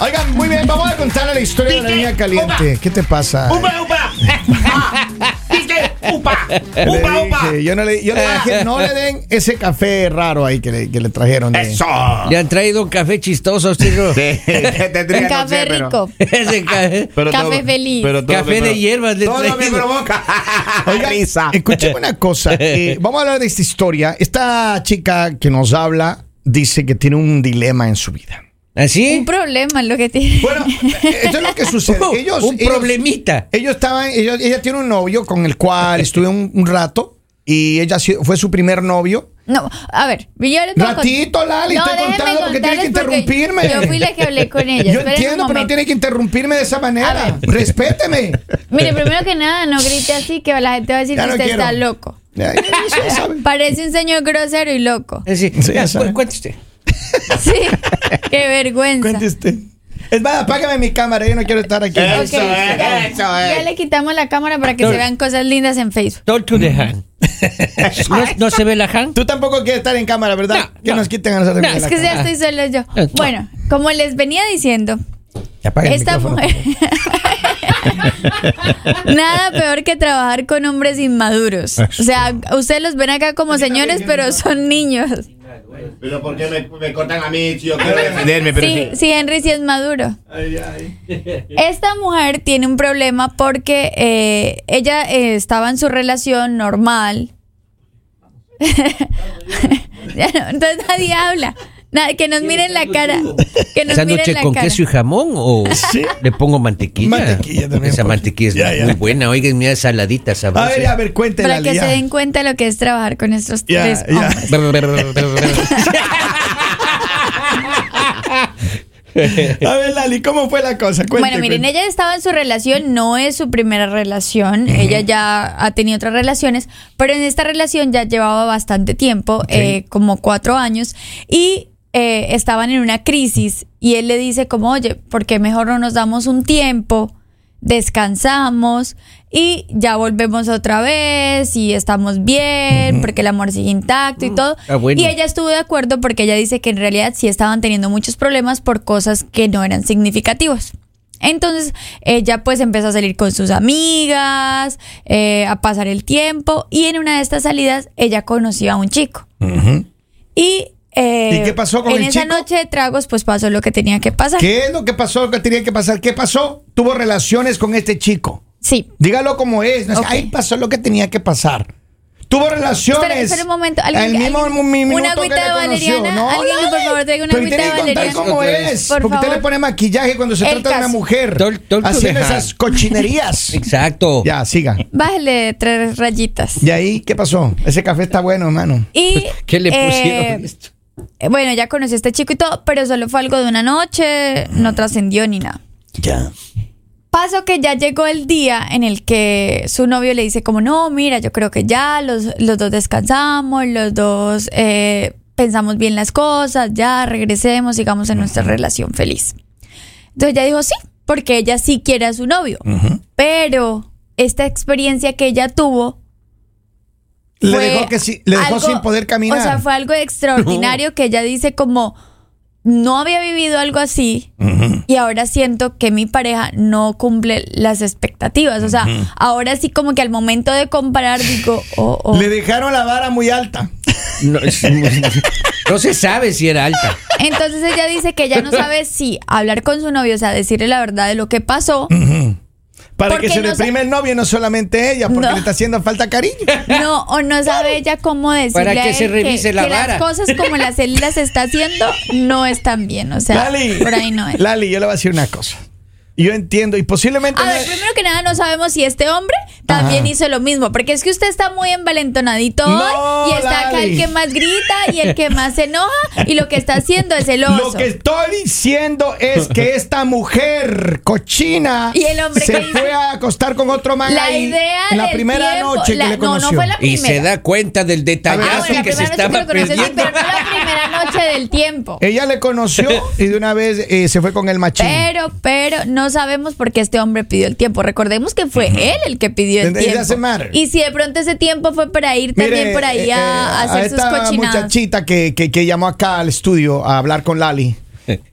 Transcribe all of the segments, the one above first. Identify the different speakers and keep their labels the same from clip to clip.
Speaker 1: Oigan, muy bien, vamos a contarle la historia de la
Speaker 2: DJ,
Speaker 1: niña caliente.
Speaker 2: upa.
Speaker 1: ¿Qué te pasa?
Speaker 2: Upa, upa. Ah, ¿Viste? Upa.
Speaker 1: Le
Speaker 2: Upa,
Speaker 1: dije,
Speaker 2: upa.
Speaker 1: Yo, no le, yo le dije, no le den ese café raro ahí que le, que le trajeron. de-
Speaker 2: Eso.
Speaker 3: Le han traído un café chistoso, chico.
Speaker 4: Un
Speaker 1: Tendría, no
Speaker 4: café
Speaker 1: sé, pero-
Speaker 4: rico.
Speaker 3: Ese café,
Speaker 4: Café feliz.
Speaker 3: café de hierbas le he
Speaker 2: Todo me
Speaker 3: traído.
Speaker 2: provoca.
Speaker 1: Oigan,
Speaker 2: Risa.
Speaker 1: Escuchemos una cosa. eh, vamos a hablar de esta historia. Esta chica que nos habla dice que tiene un dilema en su vida.
Speaker 4: Un
Speaker 3: ¿Así?
Speaker 4: problema es lo que tiene.
Speaker 1: Bueno, eh, esto es lo que sucede.
Speaker 3: Uh,
Speaker 1: Ellos,
Speaker 3: un
Speaker 1: ellos-
Speaker 3: problemita.
Speaker 1: Ellos estaban, ellos- ella tiene un novio con el cual estuve un, un rato y ella ha sido- fue su primer novio.
Speaker 4: No, a ver, yo les voy a
Speaker 1: Ratito, Lali, estoy
Speaker 4: déjenme
Speaker 1: contando porque tienes que
Speaker 4: contarles porque
Speaker 1: interrumpirme.
Speaker 4: Yo fui la que hablé con ella.
Speaker 1: Yo
Speaker 4: Esperen un
Speaker 1: entiendo, pero no
Speaker 4: momento.
Speaker 1: tiene que interrumpirme de esa
Speaker 4: A
Speaker 1: manera. Respéteme.
Speaker 4: Mire, primero que nada, no grite así que la gente va a decir
Speaker 1: Ya
Speaker 4: que
Speaker 1: no
Speaker 4: usted
Speaker 1: quiero.
Speaker 4: está loco.
Speaker 1: Ya, ya, eso ya saben.
Speaker 4: Parece un señor grosero y loco.
Speaker 3: Así.
Speaker 1: Sí,
Speaker 3: Ya,
Speaker 1: ya
Speaker 3: cu-
Speaker 1: sabe.
Speaker 3: cuente usted.
Speaker 4: Sí, qué vergüenza.
Speaker 1: Cuente usted. Es más, apágame mi cámara, yo no quiero estar aquí.
Speaker 4: Ok,
Speaker 2: Eso es,
Speaker 4: ya,
Speaker 2: eso
Speaker 4: ya
Speaker 2: es.
Speaker 4: le quitamos la cámara para que
Speaker 3: No.
Speaker 4: se vean cosas lindas en Facebook.
Speaker 3: Talk to the hand. ¿No, no se ve la hand?
Speaker 1: Tú tampoco quieres estar en cámara, ¿verdad?
Speaker 3: No,
Speaker 1: que
Speaker 3: no.
Speaker 1: nos quiten a nosotros.
Speaker 3: No,
Speaker 1: de
Speaker 4: Es
Speaker 1: Ah, la
Speaker 4: que ya
Speaker 1: cámara. Ah,
Speaker 4: estoy sola yo.
Speaker 3: Eh, no.
Speaker 4: Bueno, como les venía diciendo,
Speaker 1: Ya apaga el
Speaker 4: Esta
Speaker 1: micrófono.
Speaker 4: mujer. Nada peor que trabajar con hombres inmaduros. O sea, ustedes los ven acá como señores, pero son niños.
Speaker 2: Pero ¿por qué me, me cortan a mí si yo quiero defenderme? Pero
Speaker 4: Sí, sí, Henry sí es maduro. Esta mujer tiene un problema porque eh, ella eh, estaba en su relación normal. Ya no, entonces nadie habla. Nada, que nos miren la cara. Que nos miren
Speaker 3: ¿Sándwich
Speaker 4: la
Speaker 3: con
Speaker 4: cara.
Speaker 3: queso y jamón o le pongo mantequilla?
Speaker 1: Mantequilla también,
Speaker 3: Esa
Speaker 1: por-
Speaker 3: mantequilla es
Speaker 1: Ya, ya.
Speaker 3: muy buena. Oigan, mira, saladita,
Speaker 1: A
Speaker 3: sabrosa.
Speaker 1: ver, a ver, cuéntela.
Speaker 4: Para que
Speaker 1: ya.
Speaker 4: se den cuenta lo que es trabajar con estos
Speaker 1: Ya,
Speaker 4: tres
Speaker 1: ya.
Speaker 4: hombres.
Speaker 1: A ver, Lali, ¿cómo fue la cosa? Cuente,
Speaker 4: bueno, miren,
Speaker 1: cuente.
Speaker 4: ella estaba en su relación, no es su primera relación, ella ya ha tenido otras relaciones, pero en esta relación ya llevaba bastante tiempo, eh, como cuatro años, y eh, estaban en una crisis y él le dice como, oye, ¿por qué mejor no nos damos un tiempo? Descansamos y ya volvemos otra vez y estamos bien porque el amor sigue intacto y todo.
Speaker 3: Ah, bueno.
Speaker 4: Y ella ella estuvo de acuerdo porque ella dice que en realidad sí estaban teniendo muchos problemas por cosas que no eran significativas. Entonces ella pues empezó a salir con sus amigas, eh, a pasar el tiempo y en una de estas salidas ella conoció a un chico. Y... eh,
Speaker 1: ¿Y qué pasó con
Speaker 4: en
Speaker 1: el
Speaker 4: esa
Speaker 1: chico?
Speaker 4: noche de tragos pues pasó lo que tenía que pasar.
Speaker 1: ¿Qué es lo que pasó? ¿Qué tenía que pasar? ¿Qué pasó? Tuvo relaciones con este chico.
Speaker 4: Sí.
Speaker 1: Dígalo como es. No es que,
Speaker 4: Ok.
Speaker 1: Ahí pasó lo que tenía que pasar. Tuvo relaciones.
Speaker 4: Espera, espera un momento. ¿Alguien-
Speaker 1: El mismo
Speaker 4: alguien-
Speaker 1: mi- minuto
Speaker 4: una agüita
Speaker 1: que le
Speaker 4: de
Speaker 1: conoció.
Speaker 4: valeriana?
Speaker 1: No,
Speaker 4: Alguien,
Speaker 1: dale.
Speaker 4: por favor, traiga una
Speaker 1: Pero
Speaker 4: agüita
Speaker 1: tiene
Speaker 4: de
Speaker 1: que contar
Speaker 4: valeriana.
Speaker 1: cómo
Speaker 3: Otra vez.
Speaker 1: es.
Speaker 4: Por
Speaker 1: porque usted
Speaker 4: favor.
Speaker 1: le pone maquillaje cuando se
Speaker 4: El
Speaker 1: trata de una
Speaker 4: caso.
Speaker 1: mujer.
Speaker 3: Tol- tol-
Speaker 1: haciendo
Speaker 3: tol-
Speaker 1: esas cochinerías.
Speaker 3: Exacto.
Speaker 1: ya, siga.
Speaker 4: Bájale tres rayitas.
Speaker 1: ¿Y ahí qué pasó? Ese café está bueno, hermano.
Speaker 4: Y,
Speaker 3: ¿Qué le
Speaker 4: eh,
Speaker 3: pusieron esto?
Speaker 4: Eh, Bueno, ya conocí a este chico y todo, pero solo fue algo de una noche, no trascendió ni nada.
Speaker 1: Ya.
Speaker 4: Paso que ya llegó el día en el que su novio le dice como, no, mira, yo creo que ya los, los dos descansamos, los dos eh, pensamos bien las cosas, ya regresemos, sigamos en nuestra relación feliz. Entonces ella dijo sí, porque ella sí quiere a su novio, pero esta experiencia que ella tuvo
Speaker 1: Le
Speaker 4: fue
Speaker 1: dejó, que sí, le dejó
Speaker 4: algo-
Speaker 1: sin poder caminar.
Speaker 4: O sea, fue algo extraordinario que ella dice como no había vivido algo así y ahora siento que mi pareja no cumple las expectativas. O sea, ahora sí como que al momento de comparar digo, oh, oh.
Speaker 1: Le dejaron la vara muy alta.
Speaker 3: No, es- no se sabe si era alta.
Speaker 4: Entonces ella dice que ella no sabe si hablar con su novio, o sea, decirle la verdad de lo que pasó,
Speaker 1: Para
Speaker 4: Porque
Speaker 1: que se
Speaker 4: no
Speaker 1: deprime el novio, no solamente ella, porque
Speaker 4: No.
Speaker 1: le está haciendo falta cariño.
Speaker 4: no, o no sabe ella cómo decirle
Speaker 3: Para
Speaker 4: a
Speaker 3: que
Speaker 4: él
Speaker 3: se revise la
Speaker 4: que
Speaker 3: vara.
Speaker 4: las cosas como las él las está haciendo no están bien. O sea,
Speaker 1: Lali,
Speaker 4: por ahí no es.
Speaker 1: Lali, yo le voy a decir una cosa. Yo entiendo y posiblemente
Speaker 4: A ver, primero que nada no sabemos si este hombre también
Speaker 1: Ajá.
Speaker 4: hizo lo mismo, porque es que usted está muy envalentonadito
Speaker 1: No,
Speaker 4: hoy y está acá el
Speaker 1: Lali.
Speaker 4: que más grita y el que más se enoja y lo que está haciendo es el
Speaker 1: lo
Speaker 4: oso.
Speaker 1: que estoy diciendo es que esta mujer cochina
Speaker 4: Y el hombre
Speaker 1: se
Speaker 4: que dice-
Speaker 1: fue a acostar con otro man
Speaker 4: La
Speaker 1: ahí
Speaker 4: idea
Speaker 1: en la
Speaker 4: del
Speaker 1: primera
Speaker 4: tiempo,
Speaker 1: noche
Speaker 4: la-
Speaker 1: que le
Speaker 4: no, no
Speaker 1: conoció.
Speaker 4: fue la-
Speaker 3: Y se
Speaker 4: primera.
Speaker 3: da cuenta del
Speaker 1: Ah,
Speaker 3: detallazo
Speaker 1: bueno, la
Speaker 3: que se
Speaker 4: primera noche
Speaker 3: estaba
Speaker 4: que lo conoces, sí,
Speaker 3: perdiendo.
Speaker 4: pero no la primera noche del tiempo.
Speaker 1: Ella le conoció y de una vez eh, se fue con el machín.
Speaker 4: Pero, pero no sabemos por qué este hombre pidió el tiempo. Recordemos que fue él el que pidió decidió el
Speaker 1: It doesn't
Speaker 4: tiempo.
Speaker 1: matter.
Speaker 4: Y si de pronto ese tiempo fue para ir también
Speaker 1: Mire,
Speaker 4: por ahí
Speaker 1: eh,
Speaker 4: a,
Speaker 1: eh,
Speaker 4: a hacer sus
Speaker 1: esta
Speaker 4: cochinadas.
Speaker 1: muchachita que, que- que llamó acá al estudio a hablar con Lali.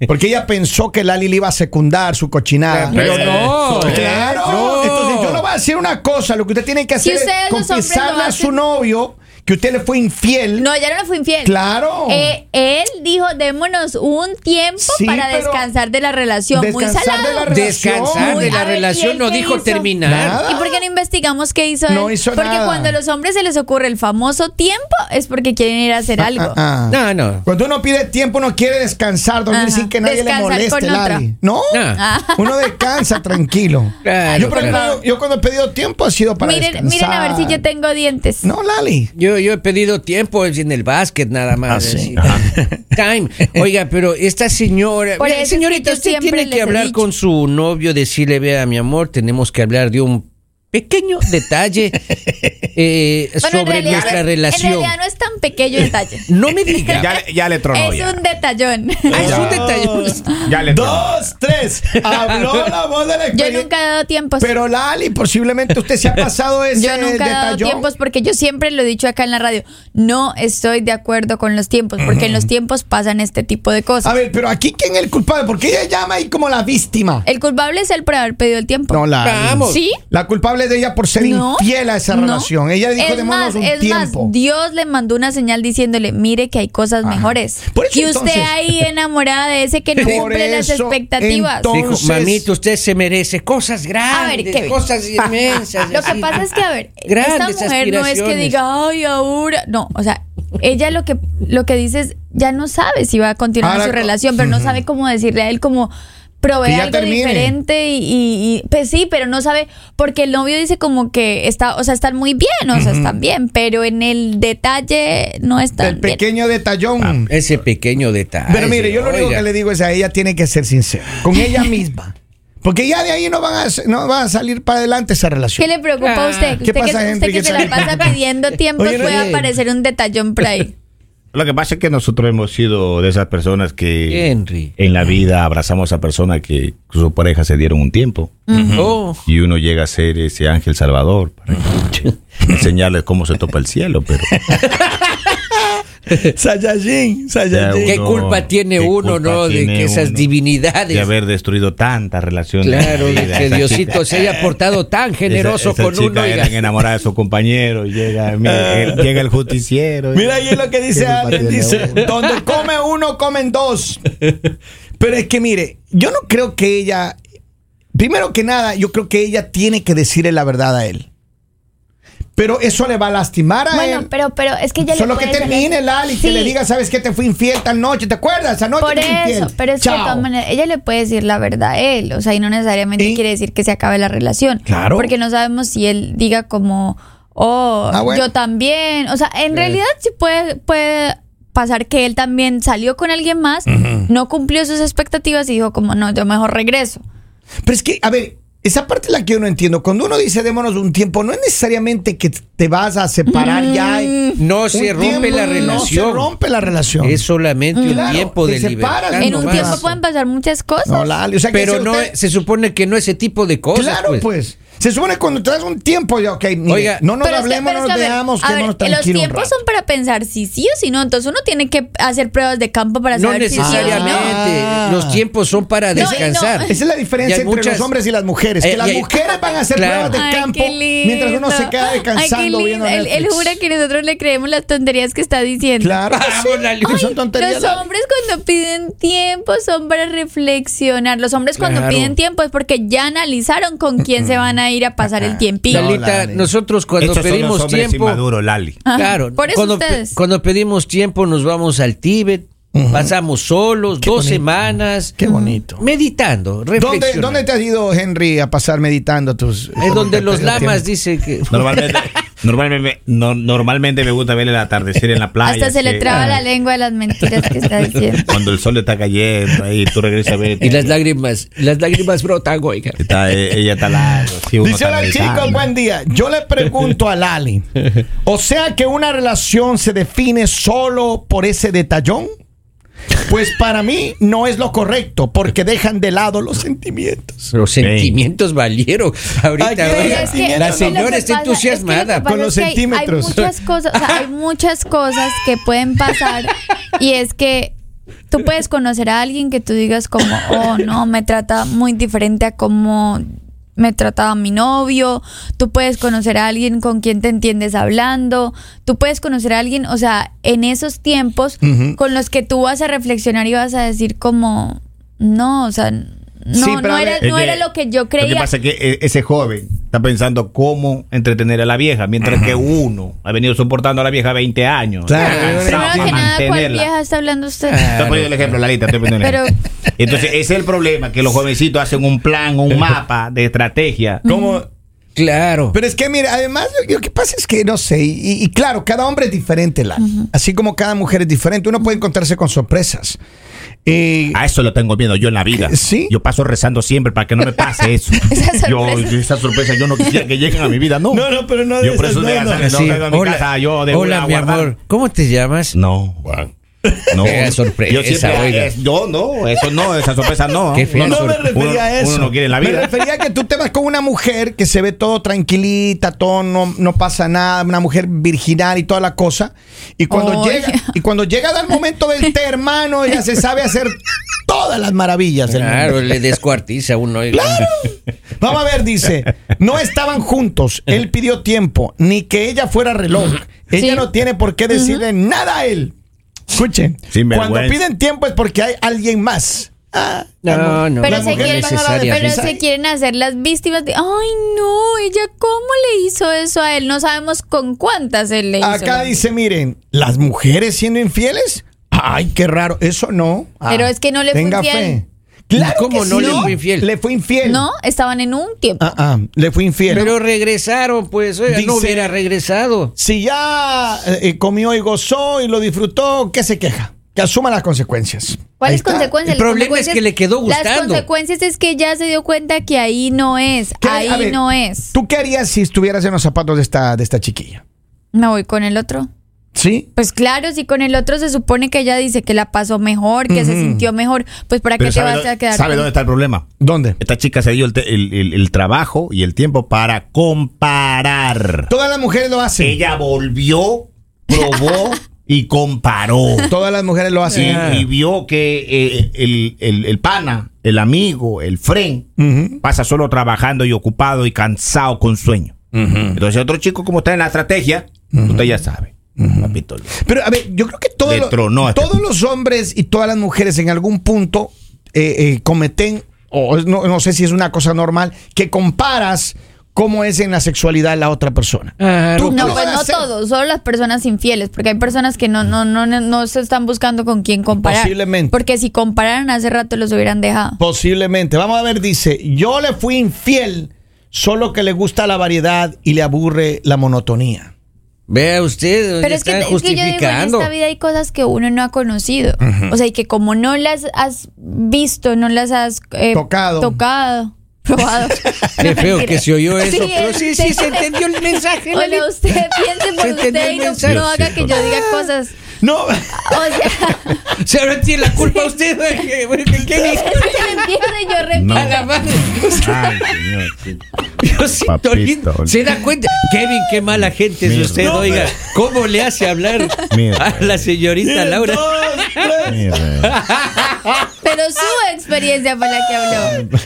Speaker 1: Porque ella pensó que Lali le iba a secundar su cochinada.
Speaker 3: Pero
Speaker 2: Eso,
Speaker 3: no.
Speaker 2: eso.
Speaker 1: Ah, Claro.
Speaker 3: No.
Speaker 1: Entonces yo le voy a decir una cosa. Lo que usted tiene que
Speaker 4: Si
Speaker 1: hacer es
Speaker 4: ustedes los hombres lo
Speaker 1: confesarle a su
Speaker 4: hacen-
Speaker 1: novio que usted le fue infiel.
Speaker 4: No, ya no le fue infiel.
Speaker 1: Claro.
Speaker 4: Eh, él dijo, démonos un tiempo
Speaker 1: Oh. Sí,
Speaker 4: para
Speaker 1: pero-
Speaker 4: descansar de la relación.
Speaker 1: Descansar de
Speaker 4: Muy salado.
Speaker 1: la relación.
Speaker 3: Descansar
Speaker 4: Muy-
Speaker 3: de
Speaker 4: a
Speaker 3: la
Speaker 4: ver, ¿y
Speaker 3: relación
Speaker 4: él
Speaker 3: no
Speaker 4: qué
Speaker 3: dijo
Speaker 4: hizo?
Speaker 3: terminar.
Speaker 1: Nada.
Speaker 4: ¿Y por qué no investigamos qué hizo
Speaker 1: No
Speaker 4: él?
Speaker 1: hizo
Speaker 4: porque
Speaker 1: nada.
Speaker 4: cuando a los hombres se les ocurre el famoso tiempo es porque quieren ir a hacer algo.
Speaker 1: Ah, ah, ah.
Speaker 3: No, no.
Speaker 1: Cuando uno pide tiempo, uno quiere descansar, dormir
Speaker 4: Ajá.
Speaker 1: sin que nadie
Speaker 4: Descansar
Speaker 1: le moleste,
Speaker 4: con otra.
Speaker 1: Lali. No.
Speaker 3: Ah.
Speaker 1: Uno descansa tranquilo.
Speaker 3: Claro,
Speaker 1: yo, por ejemplo,
Speaker 4: claro.
Speaker 1: yo- yo cuando he pedido tiempo ha sido para
Speaker 4: miren,
Speaker 1: descansar.
Speaker 4: miren a ver si yo tengo dientes.
Speaker 1: No, Lali.
Speaker 3: Yo, yo he pedido tiempo es en el básquet nada más.
Speaker 1: Ah, sí.
Speaker 3: así. Time. Oiga, pero esta señora,
Speaker 4: Por
Speaker 3: Mira,
Speaker 4: eso es que
Speaker 3: señorita,
Speaker 4: yo
Speaker 3: usted
Speaker 4: siempre
Speaker 3: tiene
Speaker 4: les
Speaker 3: que
Speaker 4: he
Speaker 3: hablar
Speaker 4: dicho.
Speaker 3: con su novio, decirle, vea, mi amor, tenemos que hablar de un pequeño detalle eh,
Speaker 4: Bueno, en
Speaker 3: sobre
Speaker 4: realidad-
Speaker 3: nuestra relación.
Speaker 4: En realidad no es tan pequeño el detalle.
Speaker 3: no me diga.
Speaker 2: Ya, le- ya le tronó.
Speaker 4: es
Speaker 2: ya.
Speaker 4: un detallón.
Speaker 1: Eh,
Speaker 3: Ah, es un
Speaker 2: Ya.
Speaker 3: detalle.
Speaker 2: Ya le tronó.
Speaker 1: Dos, tres. Habló la voz de la
Speaker 4: Yo
Speaker 1: experiencia.
Speaker 4: nunca he dado tiempos.
Speaker 1: Pero Lali, posiblemente usted se ha pasado ese
Speaker 4: yo nunca he dado
Speaker 1: detallón.
Speaker 4: tiempos porque yo siempre lo he dicho acá en la radio. No estoy de acuerdo con los tiempos porque en los tiempos pasan este tipo de
Speaker 1: A
Speaker 4: cosas.
Speaker 1: ver, pero aquí, ¿quién es el culpable? Porque ella llama ahí como la víctima.
Speaker 4: El culpable es él por haber pedido el tiempo.
Speaker 1: No, Lali.
Speaker 3: Vamos.
Speaker 4: ¿Sí?
Speaker 1: La culpable es de ella por ser
Speaker 4: No,
Speaker 1: infiel a esa
Speaker 4: no.
Speaker 1: relación. Ella dijo,
Speaker 4: Es
Speaker 1: démonos
Speaker 4: más,
Speaker 1: un
Speaker 4: es
Speaker 1: tiempo.
Speaker 4: Más, Dios le mandó una señal diciéndole, mire que hay cosas
Speaker 1: Ajá.
Speaker 4: mejores.
Speaker 1: Por eso
Speaker 4: y usted
Speaker 1: entonces-
Speaker 4: ahí enamorada de ese que no
Speaker 1: Por
Speaker 4: cumple las
Speaker 1: eso,
Speaker 4: expectativas.
Speaker 1: entonces-
Speaker 3: Dijo, mamita, usted se merece cosas grandes,
Speaker 4: Kevin.
Speaker 3: cosas inmensas.
Speaker 4: Lo que
Speaker 3: así.
Speaker 4: pasa es que, a ver,
Speaker 3: Grandes
Speaker 4: esta mujer no es que
Speaker 3: aspiraciones.
Speaker 4: diga, ay, ahora. No, o sea, ella lo que, lo que dice es, ya no sabe si va a continuar
Speaker 1: Ahora-
Speaker 4: su relación, pero no sabe cómo decirle a él como
Speaker 1: Que
Speaker 4: provee
Speaker 1: ya
Speaker 4: algo
Speaker 1: termine".
Speaker 4: diferente y, y- y- pues sí, pero no sabe, porque el novio dice como que está, o sea, están muy bien, o sea, están bien, pero en el detalle no
Speaker 1: El
Speaker 4: están bien.
Speaker 1: pequeño detallón.
Speaker 3: Ese pequeño detalle.
Speaker 1: Pero mire, yo lo único
Speaker 3: oiga.
Speaker 1: que le digo es a ella tiene que ser sincera. Con ella misma. Porque ya de ahí no van a, no va a salir para adelante esa relación.
Speaker 4: ¿Qué le preocupa a usted?
Speaker 1: ¿Qué
Speaker 4: ¿Usted que,
Speaker 1: pasa,
Speaker 4: usted
Speaker 1: Henry?
Speaker 4: que
Speaker 1: ¿Qué
Speaker 4: se la
Speaker 1: tal?
Speaker 4: pasa pidiendo tiempo
Speaker 1: Oye,
Speaker 4: puede
Speaker 1: Henry.
Speaker 4: aparecer un detallón por ahí?
Speaker 2: Lo que pasa es que nosotros hemos sido de esas personas que
Speaker 3: Henry.
Speaker 2: en la vida abrazamos a personas que su pareja se dieron un tiempo.
Speaker 3: Oh.
Speaker 2: Y uno llega a ser ese ángel salvador para que- enseñarles cómo se topa el cielo, pero
Speaker 1: Sayajin,
Speaker 2: Sayajin.
Speaker 3: ¿Qué
Speaker 2: Uno,
Speaker 3: culpa tiene
Speaker 2: ¿qué
Speaker 3: uno,
Speaker 2: culpa
Speaker 3: no? De
Speaker 2: tiene
Speaker 3: que esas
Speaker 2: uno
Speaker 3: divinidades.
Speaker 2: de haber destruido tantas relaciones.
Speaker 3: claro,
Speaker 2: en la
Speaker 3: de
Speaker 2: vida,
Speaker 3: que
Speaker 2: esa
Speaker 3: Diosito
Speaker 2: chica-
Speaker 3: se haya portado tan generoso
Speaker 2: esa- esa
Speaker 3: con
Speaker 2: chica
Speaker 3: uno. oiga. Ah.
Speaker 2: Eran enamoradas de su compañero y llega, mira, el- llega el justiciero.
Speaker 1: Mira ahí es lo que dice
Speaker 2: ¿Qué culpa
Speaker 1: Allen,
Speaker 2: tiene
Speaker 1: dice,
Speaker 2: uno?
Speaker 1: donde come uno, comen dos. Pero es que mire, yo no creo que ella, primero que nada, yo creo que ella tiene que decirle la verdad a él. Pero eso le va a lastimar a
Speaker 4: Bueno,
Speaker 1: él.
Speaker 4: pero, pero es que ya
Speaker 1: Solo
Speaker 4: le
Speaker 1: que
Speaker 4: puedes-
Speaker 1: termine, Lali, que
Speaker 4: Sí,
Speaker 1: le diga, ¿sabes qué? Te fui infiel tal noche, ¿te acuerdas? Anoche
Speaker 4: Por
Speaker 1: te fui
Speaker 4: eso,
Speaker 1: infiel".
Speaker 4: pero es que de
Speaker 1: Chao.
Speaker 4: todas maneras, ella le puede decir la verdad a él, o sea, y no necesariamente
Speaker 1: ¿Y?
Speaker 4: quiere decir que se acabe la relación.
Speaker 1: Claro.
Speaker 4: Porque no sabemos si él diga como, oh,
Speaker 1: Ah, bueno.
Speaker 4: yo también. O sea, en realidad sí puede, puede pasar que él también salió con alguien más, no cumplió sus expectativas y dijo como, no, yo mejor regreso.
Speaker 1: Pero es que, a ver, esa parte es la que yo no entiendo. Cuando uno dice démonos un tiempo, no es necesariamente que te vas a separar ya.
Speaker 4: Mm.
Speaker 3: No
Speaker 1: Un
Speaker 3: se rompe
Speaker 1: tiempo,
Speaker 3: la
Speaker 1: No se
Speaker 3: relación.
Speaker 1: rompe la relación.
Speaker 3: Es solamente un
Speaker 1: Claro,
Speaker 3: tiempo
Speaker 1: te
Speaker 3: de
Speaker 1: separas,
Speaker 3: libertad.
Speaker 1: Ah,
Speaker 4: en
Speaker 1: no
Speaker 4: un
Speaker 1: más.
Speaker 3: nomás.
Speaker 4: tiempo pueden pasar muchas cosas.
Speaker 1: No, Lali, o sea que
Speaker 3: Pues, Pero
Speaker 1: si
Speaker 3: no,
Speaker 1: usted-
Speaker 3: se supone que no ese tipo de cosas.
Speaker 1: Claro, pues. Se supone que cuando te das un tiempo, ya, ok, mire,
Speaker 3: Oiga,
Speaker 1: no nos
Speaker 4: Pero es que-
Speaker 1: hablemos,
Speaker 4: pero
Speaker 1: no
Speaker 4: es
Speaker 1: nos
Speaker 4: que, a ver,
Speaker 1: veamos,
Speaker 4: a ver,
Speaker 1: quémonos
Speaker 4: Los
Speaker 1: tranquilos. un
Speaker 4: tiempos
Speaker 1: rato.
Speaker 4: son para pensar si sí o si no. Entonces uno tiene que hacer pruebas de campo para
Speaker 3: No
Speaker 4: saber si sí o si
Speaker 3: necesariamente.
Speaker 4: no.
Speaker 1: Ah.
Speaker 3: Los tiempos son para
Speaker 4: No, y no.
Speaker 3: descansar.
Speaker 1: Esa es la diferencia
Speaker 3: Y hay
Speaker 1: entre
Speaker 3: muchas-
Speaker 1: los hombres y las mujeres.
Speaker 3: Eh,
Speaker 1: que las
Speaker 3: y hay-
Speaker 1: mujeres van a hacer
Speaker 3: Claro.
Speaker 1: pruebas de
Speaker 4: Ay,
Speaker 1: campo
Speaker 4: qué lindo.
Speaker 1: mientras uno se queda
Speaker 4: Ay, qué
Speaker 1: descansando
Speaker 4: lindo.
Speaker 1: viendo
Speaker 4: él, él
Speaker 1: Netflix.
Speaker 4: jura que nosotros le creemos las tonterías que está diciendo.
Speaker 1: Claro, que sí,
Speaker 3: Vamos, Lali.
Speaker 1: que son
Speaker 4: Ay,
Speaker 1: tonterías.
Speaker 4: Los hombres cuando piden tiempo son para reflexionar. Los hombres cuando
Speaker 3: Claro.
Speaker 4: piden tiempo es porque ya analizaron con quién se van a ir a pasar el tiempito.
Speaker 1: Ah, No,
Speaker 3: Lalita,
Speaker 1: Lali.
Speaker 3: nosotros cuando
Speaker 2: Estos son los
Speaker 3: pedimos
Speaker 2: hombres
Speaker 3: tiempo.
Speaker 2: inmaduros, Lali.
Speaker 4: Ajá.
Speaker 3: Claro,
Speaker 4: Por eso
Speaker 3: cuando,
Speaker 4: ustedes.
Speaker 3: pe- cuando pedimos tiempo nos vamos al Tíbet, pasamos solos
Speaker 1: Qué
Speaker 3: dos
Speaker 1: bonito.
Speaker 3: semanas.
Speaker 1: Qué bonito.
Speaker 3: Mm. Meditando,
Speaker 1: ¿Dónde,
Speaker 3: reflexionando.
Speaker 1: ¿Dónde te has ido, Henry, a pasar meditando tus...
Speaker 3: Es donde
Speaker 1: tu
Speaker 3: los
Speaker 1: tiempo?
Speaker 3: lamas dicen que...
Speaker 2: Normalmente, normalmente, no- normalmente me gusta ver el atardecer en la playa.
Speaker 4: Hasta se le
Speaker 2: sí.
Speaker 4: traba
Speaker 1: Ah.
Speaker 4: la lengua de las mentiras que está diciendo.
Speaker 2: Cuando el sol está cayendo ahí, tú regresas a ver.
Speaker 3: Y las lágrimas, las lágrimas brotan, oiga.
Speaker 2: Está, eh, ella está largo. sí, uno
Speaker 1: Dice
Speaker 2: está
Speaker 1: hola
Speaker 2: meditando.
Speaker 1: chicos, buen día. Yo le pregunto a Lali, o sea que una relación se define solo por ese detallón. Pues para mí no es lo correcto, porque dejan de lado los sentimientos.
Speaker 3: Los
Speaker 2: Ey.
Speaker 3: sentimientos valieron. Ahorita
Speaker 1: Pero
Speaker 4: Pero
Speaker 3: oiga,
Speaker 4: es que
Speaker 3: la
Speaker 4: lo
Speaker 3: señora está
Speaker 4: que pasa- es que lo que
Speaker 3: entusiasmada.
Speaker 4: pasa
Speaker 1: Con los
Speaker 4: es que hay-
Speaker 1: centímetros.
Speaker 4: Hay muchas cosas, o sea, hay muchas cosas que pueden pasar y es que tú puedes conocer a alguien que tú digas como, oh no, me trata muy diferente a como me trataba mi novio, tú puedes conocer a alguien con quien te entiendes hablando, tú puedes conocer a alguien, o sea, en esos tiempos
Speaker 1: Ujú.
Speaker 4: con los que tú vas a reflexionar y vas a decir como, no, o sea, no,
Speaker 1: Sí, pero
Speaker 4: no
Speaker 1: a
Speaker 4: era,
Speaker 1: ver,
Speaker 4: no era lo que yo
Speaker 2: Lo que
Speaker 4: creía.
Speaker 2: pasa es que eh, ese joven está pensando cómo entretener a la vieja, mientras que uno ha venido soportando a la vieja 20 años.
Speaker 1: Claro.
Speaker 2: Está cansado
Speaker 4: Primero
Speaker 2: de
Speaker 4: que nada, ¿cuál
Speaker 2: mantenerla.
Speaker 4: vieja está hablando usted?
Speaker 1: Eh,
Speaker 2: Estoy poniendo el ejemplo, Lalita, estoy poniendo el
Speaker 4: Pero-
Speaker 2: ejemplo. Entonces, ese es el problema, que los jovencitos hacen un plan, un mapa de estrategia.
Speaker 1: Como,
Speaker 3: Claro.
Speaker 1: Pero es que, mira, además, lo, lo que pasa es que, no sé, y, y claro, cada hombre es diferente, Lali. Así como cada mujer es diferente, uno puede encontrarse con sorpresas. Eh,
Speaker 2: A eso lo tengo miedo yo en la vida.
Speaker 1: Sí.
Speaker 2: Yo paso rezando siempre para que no me pase eso.
Speaker 4: Esa
Speaker 2: yo,
Speaker 4: sorpresa.
Speaker 2: esa sorpresa yo no quisiera que lleguen a mi vida, no.
Speaker 1: No, no, pero no de
Speaker 2: Yo por eso
Speaker 1: esas,
Speaker 2: de
Speaker 1: no, no.
Speaker 2: no, pues, no,
Speaker 3: Así,
Speaker 2: salgo a mi casa, yo de
Speaker 3: hola
Speaker 2: una
Speaker 3: mi
Speaker 2: guardar.
Speaker 3: amor. ¿Cómo te llamas?
Speaker 2: No, No,
Speaker 3: Qué sorpresa,
Speaker 2: yo siempre,
Speaker 3: oiga.
Speaker 2: es- yo no, eso no, esa sorpresa no.
Speaker 3: Qué feo.
Speaker 2: No,
Speaker 1: no
Speaker 2: no,
Speaker 1: me
Speaker 3: Uno-
Speaker 1: refería a eso.
Speaker 2: uno no quiere la
Speaker 1: Me
Speaker 2: vida.
Speaker 1: refería a que tú te vas con una mujer que se ve todo tranquilita, todo no, no pasa nada, una mujer virginal y toda la cosa. Y cuando
Speaker 4: Oye.
Speaker 1: llega, y cuando llega el momento del té, hermano, ella se sabe hacer todas las maravillas del mundo.
Speaker 3: Claro, le descuartiza a uno. oiga.
Speaker 1: Vamos a ver, dice, no estaban juntos, él pidió tiempo, ni que ella fuera reloj. Ella
Speaker 4: Sí.
Speaker 1: no tiene por qué decirle nada a él. Escuchen,
Speaker 2: Sin
Speaker 1: cuando
Speaker 2: vergüenza.
Speaker 1: piden tiempo es porque hay alguien más. Ah,
Speaker 3: No, no,
Speaker 4: Pero,
Speaker 1: las
Speaker 4: se
Speaker 1: mujeres
Speaker 4: quieren,
Speaker 1: van a la
Speaker 3: necesaria.
Speaker 4: pero
Speaker 1: defensa.
Speaker 4: se quieren hacer las víctimas de, ay no, ella cómo le hizo eso a él, no sabemos con cuántas él le hizo.
Speaker 1: Acá dice, miren, las mujeres siendo infieles, ay, qué raro, eso no. Ah,
Speaker 4: Pero es que no le fue
Speaker 1: tenga
Speaker 4: infiel.
Speaker 1: fe. Claro
Speaker 3: ¿Cómo
Speaker 1: que
Speaker 3: no
Speaker 1: sí.
Speaker 3: le fue infiel?
Speaker 1: Le fue infiel.
Speaker 4: No, estaban en un tiempo.
Speaker 1: Ah, ah, le fue infiel.
Speaker 3: Pero regresaron, pues. oiga, no
Speaker 1: Dice-
Speaker 3: hubiera regresado.
Speaker 1: si ya eh, eh, comió y gozó y lo disfrutó, ¿qué se queja? Que asuma las consecuencias. Ahí
Speaker 4: ¿Cuáles
Speaker 1: está.
Speaker 4: consecuencias?
Speaker 3: El
Speaker 4: Las
Speaker 3: problema es
Speaker 4: consecuencias-
Speaker 3: que le quedó
Speaker 4: Las
Speaker 3: gustando.
Speaker 4: consecuencias es que ya se dio cuenta que ahí no es,
Speaker 1: ¿Qué-
Speaker 4: ahí
Speaker 1: a ver,
Speaker 4: no es.
Speaker 1: ¿Tú qué harías si estuvieras en los zapatos de esta, de esta chiquilla?
Speaker 4: Me voy con el otro.
Speaker 1: ¿Sí?
Speaker 4: Pues claro, si con el otro se supone que ella dice que la pasó mejor, que se sintió mejor, pues para
Speaker 2: Pero
Speaker 4: qué te
Speaker 2: ¿sabe
Speaker 4: vas
Speaker 2: dónde-
Speaker 4: a quedar.
Speaker 2: ¿Sabe
Speaker 4: con-
Speaker 2: dónde está el problema?
Speaker 1: ¿Dónde?
Speaker 2: Esta chica se dio el, te- el- el- el trabajo y el tiempo para comparar.
Speaker 1: Todas las mujeres lo hacen.
Speaker 2: Ella volvió, probó y comparó.
Speaker 1: Todas las mujeres lo
Speaker 2: Y,
Speaker 1: hacen.
Speaker 2: y vio que eh, el, el- el pana, el amigo, el friend,
Speaker 1: Ujú.
Speaker 2: pasa solo trabajando y ocupado y cansado con sueño. Entonces otro chico como está en la estrategia, usted ya sabe. Papito lindo.
Speaker 1: Pero a ver, yo creo que todos,
Speaker 2: Le
Speaker 1: los-
Speaker 2: tronó a este
Speaker 1: todos
Speaker 2: tipo.
Speaker 1: los hombres y todas las mujeres en algún punto eh, eh, cometen, o es- no, no sé si es una cosa normal, que comparas cómo es en la sexualidad la otra persona.
Speaker 3: Claro.
Speaker 1: Tú-
Speaker 4: No,
Speaker 1: lo
Speaker 4: pues
Speaker 1: van a
Speaker 4: no
Speaker 1: hacer.
Speaker 4: todos, solo las personas infieles, porque hay personas que no, no, no, no, no se están buscando con quién comparar.
Speaker 1: Posiblemente.
Speaker 4: Porque si compararan hace rato los hubieran dejado.
Speaker 1: Posiblemente. Vamos a ver, dice, yo le fui infiel, solo que le gusta la variedad y le aburre la monotonía.
Speaker 3: Vea usted,
Speaker 4: Pero es que,
Speaker 3: está
Speaker 4: es que yo digo,
Speaker 3: Pues
Speaker 4: en
Speaker 3: justificando.
Speaker 4: esta vida hay cosas que uno no ha conocido. O sea, y que como no las has visto, no las has eh,
Speaker 1: Tocado.
Speaker 4: tocado, probado.
Speaker 3: Qué feo que se oyó eso.
Speaker 4: Sí, este-
Speaker 3: pero
Speaker 4: es-
Speaker 3: sí, sí, se entendió el mensaje.
Speaker 4: Bueno,
Speaker 3: Lali.
Speaker 4: usted piense por
Speaker 3: Se entendió
Speaker 4: usted
Speaker 3: el
Speaker 4: y no,
Speaker 3: mensaje.
Speaker 4: no haga que yo diga cosas.
Speaker 1: No,
Speaker 4: O sea,
Speaker 3: Se ahora tiene la culpa usted. ¿Qué,
Speaker 4: usted empieza y yo repito.
Speaker 3: A la madre.
Speaker 2: Ay, señor, sí.
Speaker 3: Diosito
Speaker 2: Papito
Speaker 3: lindo. Se da cuenta. Kevin, qué mala gente es
Speaker 2: Mira.
Speaker 3: usted,
Speaker 2: No,
Speaker 3: oiga. ¿Cómo le hace hablar
Speaker 2: Mira.
Speaker 3: a la señorita Laura?
Speaker 2: Mira.
Speaker 4: Pero su experiencia fue la que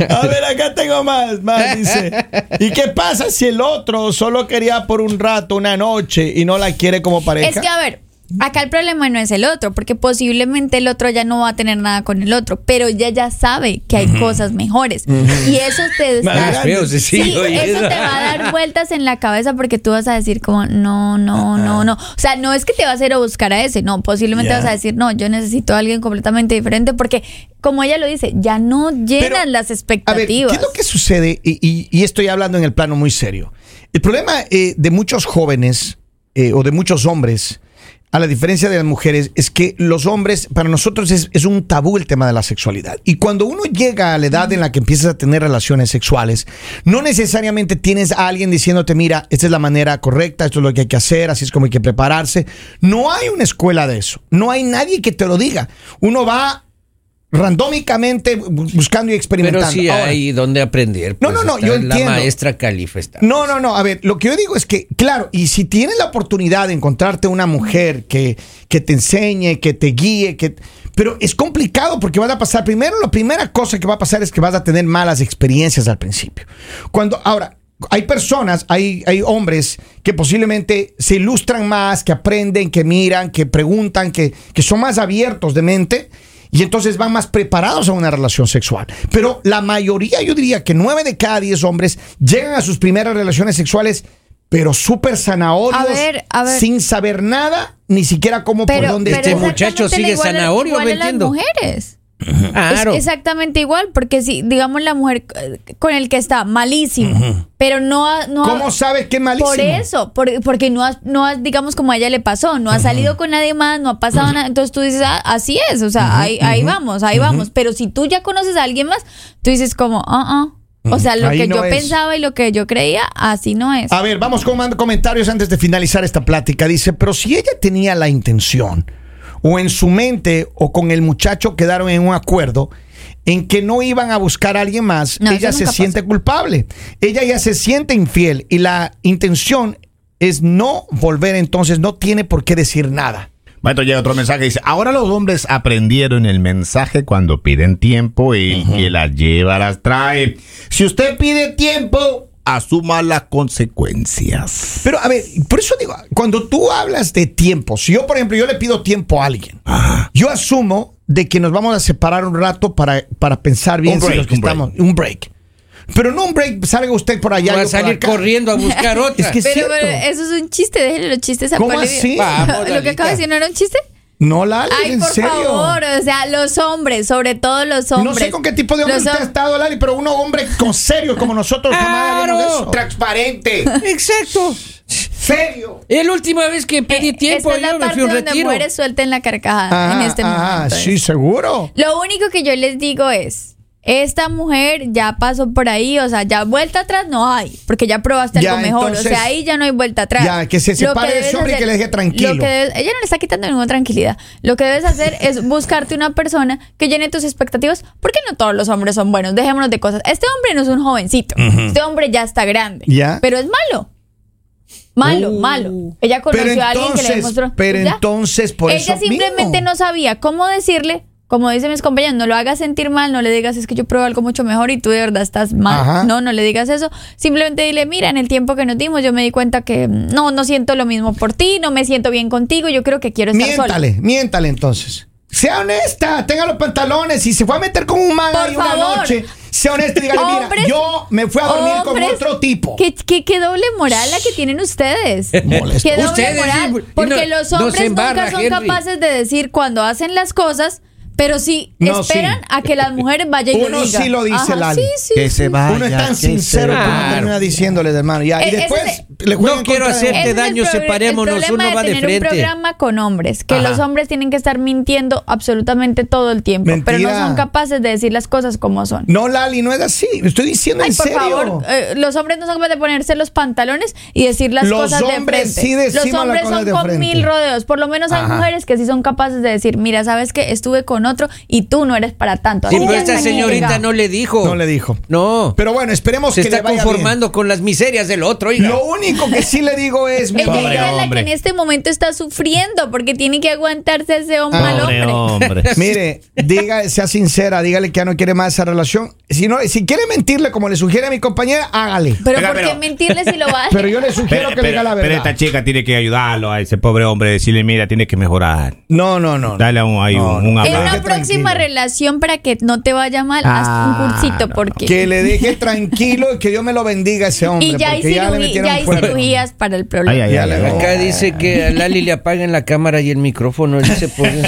Speaker 4: habló.
Speaker 1: A ver, acá tengo más, más, dice. ¿Y qué pasa si el otro solo quería por un rato, una noche, y no la quiere como pareja?
Speaker 4: Es que, a ver, acá el problema no es el otro, porque posiblemente el otro ya no va a tener nada con el otro, pero ella ya sabe que hay cosas mejores. Y eso te
Speaker 3: Más
Speaker 4: está...
Speaker 3: feo,
Speaker 4: Sí,
Speaker 3: Cecilio, oye,
Speaker 4: eso
Speaker 3: eso.
Speaker 4: te va a dar vueltas en la cabeza porque tú vas a decir como, no, no, no, no. O sea, no es que te vas a ir a buscar a ese, no, posiblemente
Speaker 1: Ya.
Speaker 4: vas a decir, no, yo necesito a alguien completamente diferente porque, como ella lo dice, ya no llenan
Speaker 1: Pero,
Speaker 4: las
Speaker 1: A ver, ¿qué
Speaker 4: expectativas.
Speaker 1: es lo que sucede? Y, y- y estoy hablando en el plano muy serio. El problema eh, de muchos jóvenes eh, o de muchos hombres a la diferencia de las mujeres, es que los hombres, para nosotros es, es un tabú el tema de la sexualidad. Y cuando uno llega a la edad en la que empiezas a tener relaciones sexuales, no necesariamente tienes a alguien diciéndote, mira, esta es la manera correcta, esto es lo que hay que hacer, así es como hay que prepararse. No hay una escuela de eso. No hay nadie que te lo diga. Uno va randómicamente bu- buscando y experimentando.
Speaker 3: Pero sí
Speaker 1: Ahora,
Speaker 3: hay donde aprender. pues,
Speaker 1: No, no, no,
Speaker 3: está
Speaker 1: yo
Speaker 3: La
Speaker 1: entiendo.
Speaker 3: maestra califa está.
Speaker 1: No, no, no. A ver, lo que yo digo es que, claro, y si tienes la oportunidad de encontrarte una mujer que, que te enseñe, que te guíe, que. Pero es complicado porque vas a pasar. Primero, la primera cosa que va a pasar es que vas a tener malas experiencias al principio. Cuando. Ahora. Hay personas, hay, hay hombres que posiblemente se ilustran más, que aprenden, que miran, que preguntan, que, que son más abiertos de mente y entonces van más preparados a una relación sexual. Pero la mayoría, yo diría que 9 de cada 10 hombres llegan a sus primeras relaciones sexuales, pero súper zanahorios,
Speaker 4: A ver, a ver.
Speaker 1: sin saber nada, ni siquiera cómo por dónde
Speaker 3: pero
Speaker 1: todo.
Speaker 3: esa- muchacho
Speaker 4: exactamente
Speaker 3: sigue
Speaker 4: igual a-
Speaker 3: zanahorio,
Speaker 4: igual
Speaker 3: me
Speaker 4: a las
Speaker 3: entiendo.
Speaker 4: mujeres.
Speaker 3: Claro.
Speaker 4: Es exactamente igual, porque si, digamos, la mujer eh, con el que está malísimo, pero no ha, no ha-
Speaker 1: ¿Cómo sabes que es malísimo?
Speaker 4: Por eso, por- porque no has, no has, digamos, como a ella le pasó, no ha salido con nadie más, no ha pasado nada. Entonces tú dices, ah, así es, o sea, ahí, ahí vamos, ahí vamos. Pero si tú ya conoces a alguien más, tú dices como, ah, ah. O sea, lo
Speaker 1: Ahí
Speaker 4: que
Speaker 1: no
Speaker 4: yo
Speaker 1: es.
Speaker 4: pensaba y lo que yo creía, así no es.
Speaker 1: A ver, vamos con mand- comentarios antes de finalizar esta plática. Dice, pero si ella tenía la intención o en su mente o con el muchacho quedaron en un acuerdo en que no iban a buscar a alguien más,
Speaker 4: No, eso
Speaker 1: ella se
Speaker 4: nunca
Speaker 1: siente culpable. Ella ya se siente infiel y la intención es no volver, entonces no tiene por qué decir nada.
Speaker 2: Bueno, llega otro mensaje dice, ahora los hombres aprendieron el mensaje cuando piden tiempo y el que las lleva las trae. Si usted pide tiempo, asuma las consecuencias.
Speaker 1: Pero a ver, por eso digo, cuando tú hablas de tiempo, si yo, por ejemplo, yo le pido tiempo a alguien, yo asumo de que nos vamos a separar un rato para, para pensar bien
Speaker 2: Un
Speaker 1: si
Speaker 2: break,
Speaker 1: los que
Speaker 2: un break.
Speaker 1: estamos. Un break. Pero no un break, salga usted por allá.
Speaker 3: Va a
Speaker 1: yo por
Speaker 3: salir
Speaker 1: acá.
Speaker 3: corriendo a buscar otra.
Speaker 1: Es que-
Speaker 4: pero,
Speaker 1: cierto.
Speaker 4: pero eso es un chiste, déjenle los chistes a
Speaker 1: ¿Cómo
Speaker 4: Pablo.
Speaker 1: así?
Speaker 3: Vamos,
Speaker 4: Lo que
Speaker 3: Lalita.
Speaker 4: acabo de decir no era un chiste.
Speaker 1: No, Lali,
Speaker 4: Ay,
Speaker 1: en
Speaker 4: por
Speaker 1: serio.
Speaker 4: favor, o sea, los hombres, sobre todo los hombres.
Speaker 1: No sé con qué tipo de hombre
Speaker 4: Los
Speaker 1: usted ha
Speaker 4: hom-
Speaker 1: estado, Lali, pero uno hombre con serio como nosotros jamás haríamos
Speaker 3: Claro.
Speaker 1: eso.
Speaker 2: Transparente.
Speaker 3: Exacto.
Speaker 1: Serio.
Speaker 3: Es la última vez que pedí tiempo,
Speaker 4: Eh, Esta es la
Speaker 3: yo me
Speaker 4: parte
Speaker 3: fui a un
Speaker 4: donde
Speaker 3: retiro.
Speaker 4: mujeres suelten la carcajada en
Speaker 1: Ah,
Speaker 4: este
Speaker 1: ah,
Speaker 4: momento.
Speaker 1: sí, seguro.
Speaker 4: Lo único que yo les digo es, esta mujer ya pasó por ahí, o sea, ya vuelta atrás no hay, porque ya probaste
Speaker 1: Ya,
Speaker 4: algo mejor,
Speaker 1: entonces,
Speaker 4: o sea, ahí ya no hay vuelta atrás.
Speaker 1: ya, que se
Speaker 4: Lo
Speaker 1: separe de ese
Speaker 4: debes
Speaker 1: hombre y que le deje tranquilo.
Speaker 4: lo que debes- ella no le está quitando ninguna tranquilidad. Lo que debes hacer es buscarte una persona que llene tus expectativas, porque no todos los hombres son buenos, dejémonos de cosas. Este hombre no es un jovencito, este hombre ya está grande,
Speaker 1: Ya. Uh.
Speaker 4: pero es malo. Malo, malo. Ella conoció
Speaker 1: Pero
Speaker 4: a alguien que le
Speaker 1: entonces,
Speaker 4: demostró.
Speaker 1: pero
Speaker 4: Ya.
Speaker 1: entonces por
Speaker 4: Ella
Speaker 1: eso
Speaker 4: simplemente
Speaker 1: mismo.
Speaker 4: no sabía cómo decirle, como dicen mis compañeros, no lo hagas sentir mal, no le digas es que yo pruebo algo mucho mejor y tú de verdad estás mal.
Speaker 1: Ajá.
Speaker 4: No, no le digas eso. Simplemente dile, mira, en el tiempo que nos dimos yo me di cuenta que mm, no, no siento lo mismo por ti, no me siento bien contigo, yo creo que quiero estar sola.
Speaker 1: Miéntale, miéntale entonces. Sea honesta, tenga los pantalones. Si se fue a meter con un man
Speaker 4: Por
Speaker 1: ahí una
Speaker 4: favor.
Speaker 1: noche, sea honesta y dígale, mira,
Speaker 4: Hombres-
Speaker 1: yo me fui a dormir
Speaker 4: Hombres,
Speaker 1: con otro tipo.
Speaker 4: ¿Qué, qué, qué doble moral la que tienen ustedes. qué
Speaker 1: Molesto.
Speaker 4: doble
Speaker 3: Ustedes, sí,
Speaker 4: moral.
Speaker 3: y
Speaker 4: Porque
Speaker 3: no-
Speaker 4: los
Speaker 3: no se
Speaker 4: hombres
Speaker 3: embarra,
Speaker 4: nunca son
Speaker 3: Henry.
Speaker 4: capaces de decir cuando hacen las cosas, pero sí
Speaker 1: No,
Speaker 4: esperan
Speaker 1: sí.
Speaker 4: a que las mujeres vayan y
Speaker 1: Uno
Speaker 4: digan.
Speaker 1: sí lo dice, Lali.
Speaker 4: sí, sí,
Speaker 2: Que
Speaker 4: sí,
Speaker 2: se
Speaker 4: sí.
Speaker 2: vaya.
Speaker 1: Uno es
Speaker 2: que
Speaker 1: tan
Speaker 2: se
Speaker 1: sincero que uno
Speaker 2: vaya.
Speaker 1: termina diciéndoles, hermano. Ya. Y
Speaker 4: Eh, ese
Speaker 1: después
Speaker 4: es-
Speaker 1: le juegan
Speaker 3: No quiero
Speaker 1: contra de
Speaker 3: hacer-
Speaker 1: uno.
Speaker 3: Te
Speaker 4: Ese es el
Speaker 3: daño,
Speaker 4: pro-
Speaker 3: separémonos,
Speaker 4: el problema
Speaker 3: uno va de
Speaker 4: tener
Speaker 3: frente.
Speaker 4: un programa con hombres, que
Speaker 3: Ajá.
Speaker 4: los hombres tienen que estar mintiendo absolutamente todo el tiempo, pero
Speaker 1: Mentira.
Speaker 4: no son capaces de decir las cosas como son.
Speaker 1: No, Lali, no es así. Estoy diciendo
Speaker 4: Ay,
Speaker 1: en
Speaker 4: por
Speaker 1: serio.
Speaker 4: favor, eh, los hombres no son capaces de ponerse los pantalones y decir las
Speaker 1: Los
Speaker 4: cosas de
Speaker 1: hombres
Speaker 4: frente.
Speaker 1: sí decimos
Speaker 4: los
Speaker 1: las
Speaker 4: hombres
Speaker 1: cosas
Speaker 4: son
Speaker 1: de
Speaker 4: con
Speaker 1: frente.
Speaker 4: mil rodeos. Por lo menos hay
Speaker 1: Ajá.
Speaker 4: mujeres que sí son capaces de decir, mira, sabes que estuve con otro y tú no eres para tanto.
Speaker 3: Sí,
Speaker 4: Así
Speaker 3: pero
Speaker 4: que
Speaker 3: esta
Speaker 4: hasta aquí
Speaker 3: señorita
Speaker 4: llegamos.
Speaker 3: no le dijo.
Speaker 1: No le dijo.
Speaker 3: No.
Speaker 1: Pero bueno, esperemos
Speaker 3: se
Speaker 1: que le
Speaker 3: está
Speaker 1: vaya bien.
Speaker 3: conformando con las miserias del otro. oiga.
Speaker 1: Lo único que sí le digo es, mi
Speaker 4: Ella
Speaker 2: Pobre
Speaker 4: es la que
Speaker 2: hombre.
Speaker 4: en este momento está sufriendo porque tiene que aguantarse ese hombre al
Speaker 2: Pobre
Speaker 4: hombre.
Speaker 2: hombre.
Speaker 1: Mire, diga, sea sincera, dígale que ya no quiere más esa relación. Si no, si quiere mentirle como le sugiere a mi compañera, hágale.
Speaker 4: Pero
Speaker 2: Oiga,
Speaker 4: ¿por qué
Speaker 2: pero-
Speaker 4: mentirle si lo va a
Speaker 1: Pero yo le sugiero
Speaker 2: Pero,
Speaker 1: que le diga la
Speaker 2: pero- pero
Speaker 1: verdad.
Speaker 2: esta chica tiene que ayudarlo a ese pobre hombre, decirle, mira, tienes que mejorar.
Speaker 1: No, no, no.
Speaker 2: Dale a un, ahí
Speaker 1: No,
Speaker 2: un, un
Speaker 1: no.
Speaker 4: En
Speaker 1: Ah, qué
Speaker 2: abrazo.
Speaker 4: una próxima
Speaker 1: tranquilo.
Speaker 4: relación para que no te vaya mal,
Speaker 2: Ah,
Speaker 4: haz un cursito
Speaker 2: no,
Speaker 4: porque
Speaker 1: Que le deje tranquilo y que Dios me lo bendiga a ese hombre.
Speaker 4: y ya hay,
Speaker 1: porque ya le
Speaker 4: cirugía-
Speaker 1: metieron
Speaker 4: ya hay
Speaker 1: fuego.
Speaker 4: cirugías para el problema.
Speaker 2: Ay, ay, ay,
Speaker 1: Ya le-
Speaker 2: ay.
Speaker 3: Acá dice que a Lali le apagan la cámara y el micrófono. Él se pone-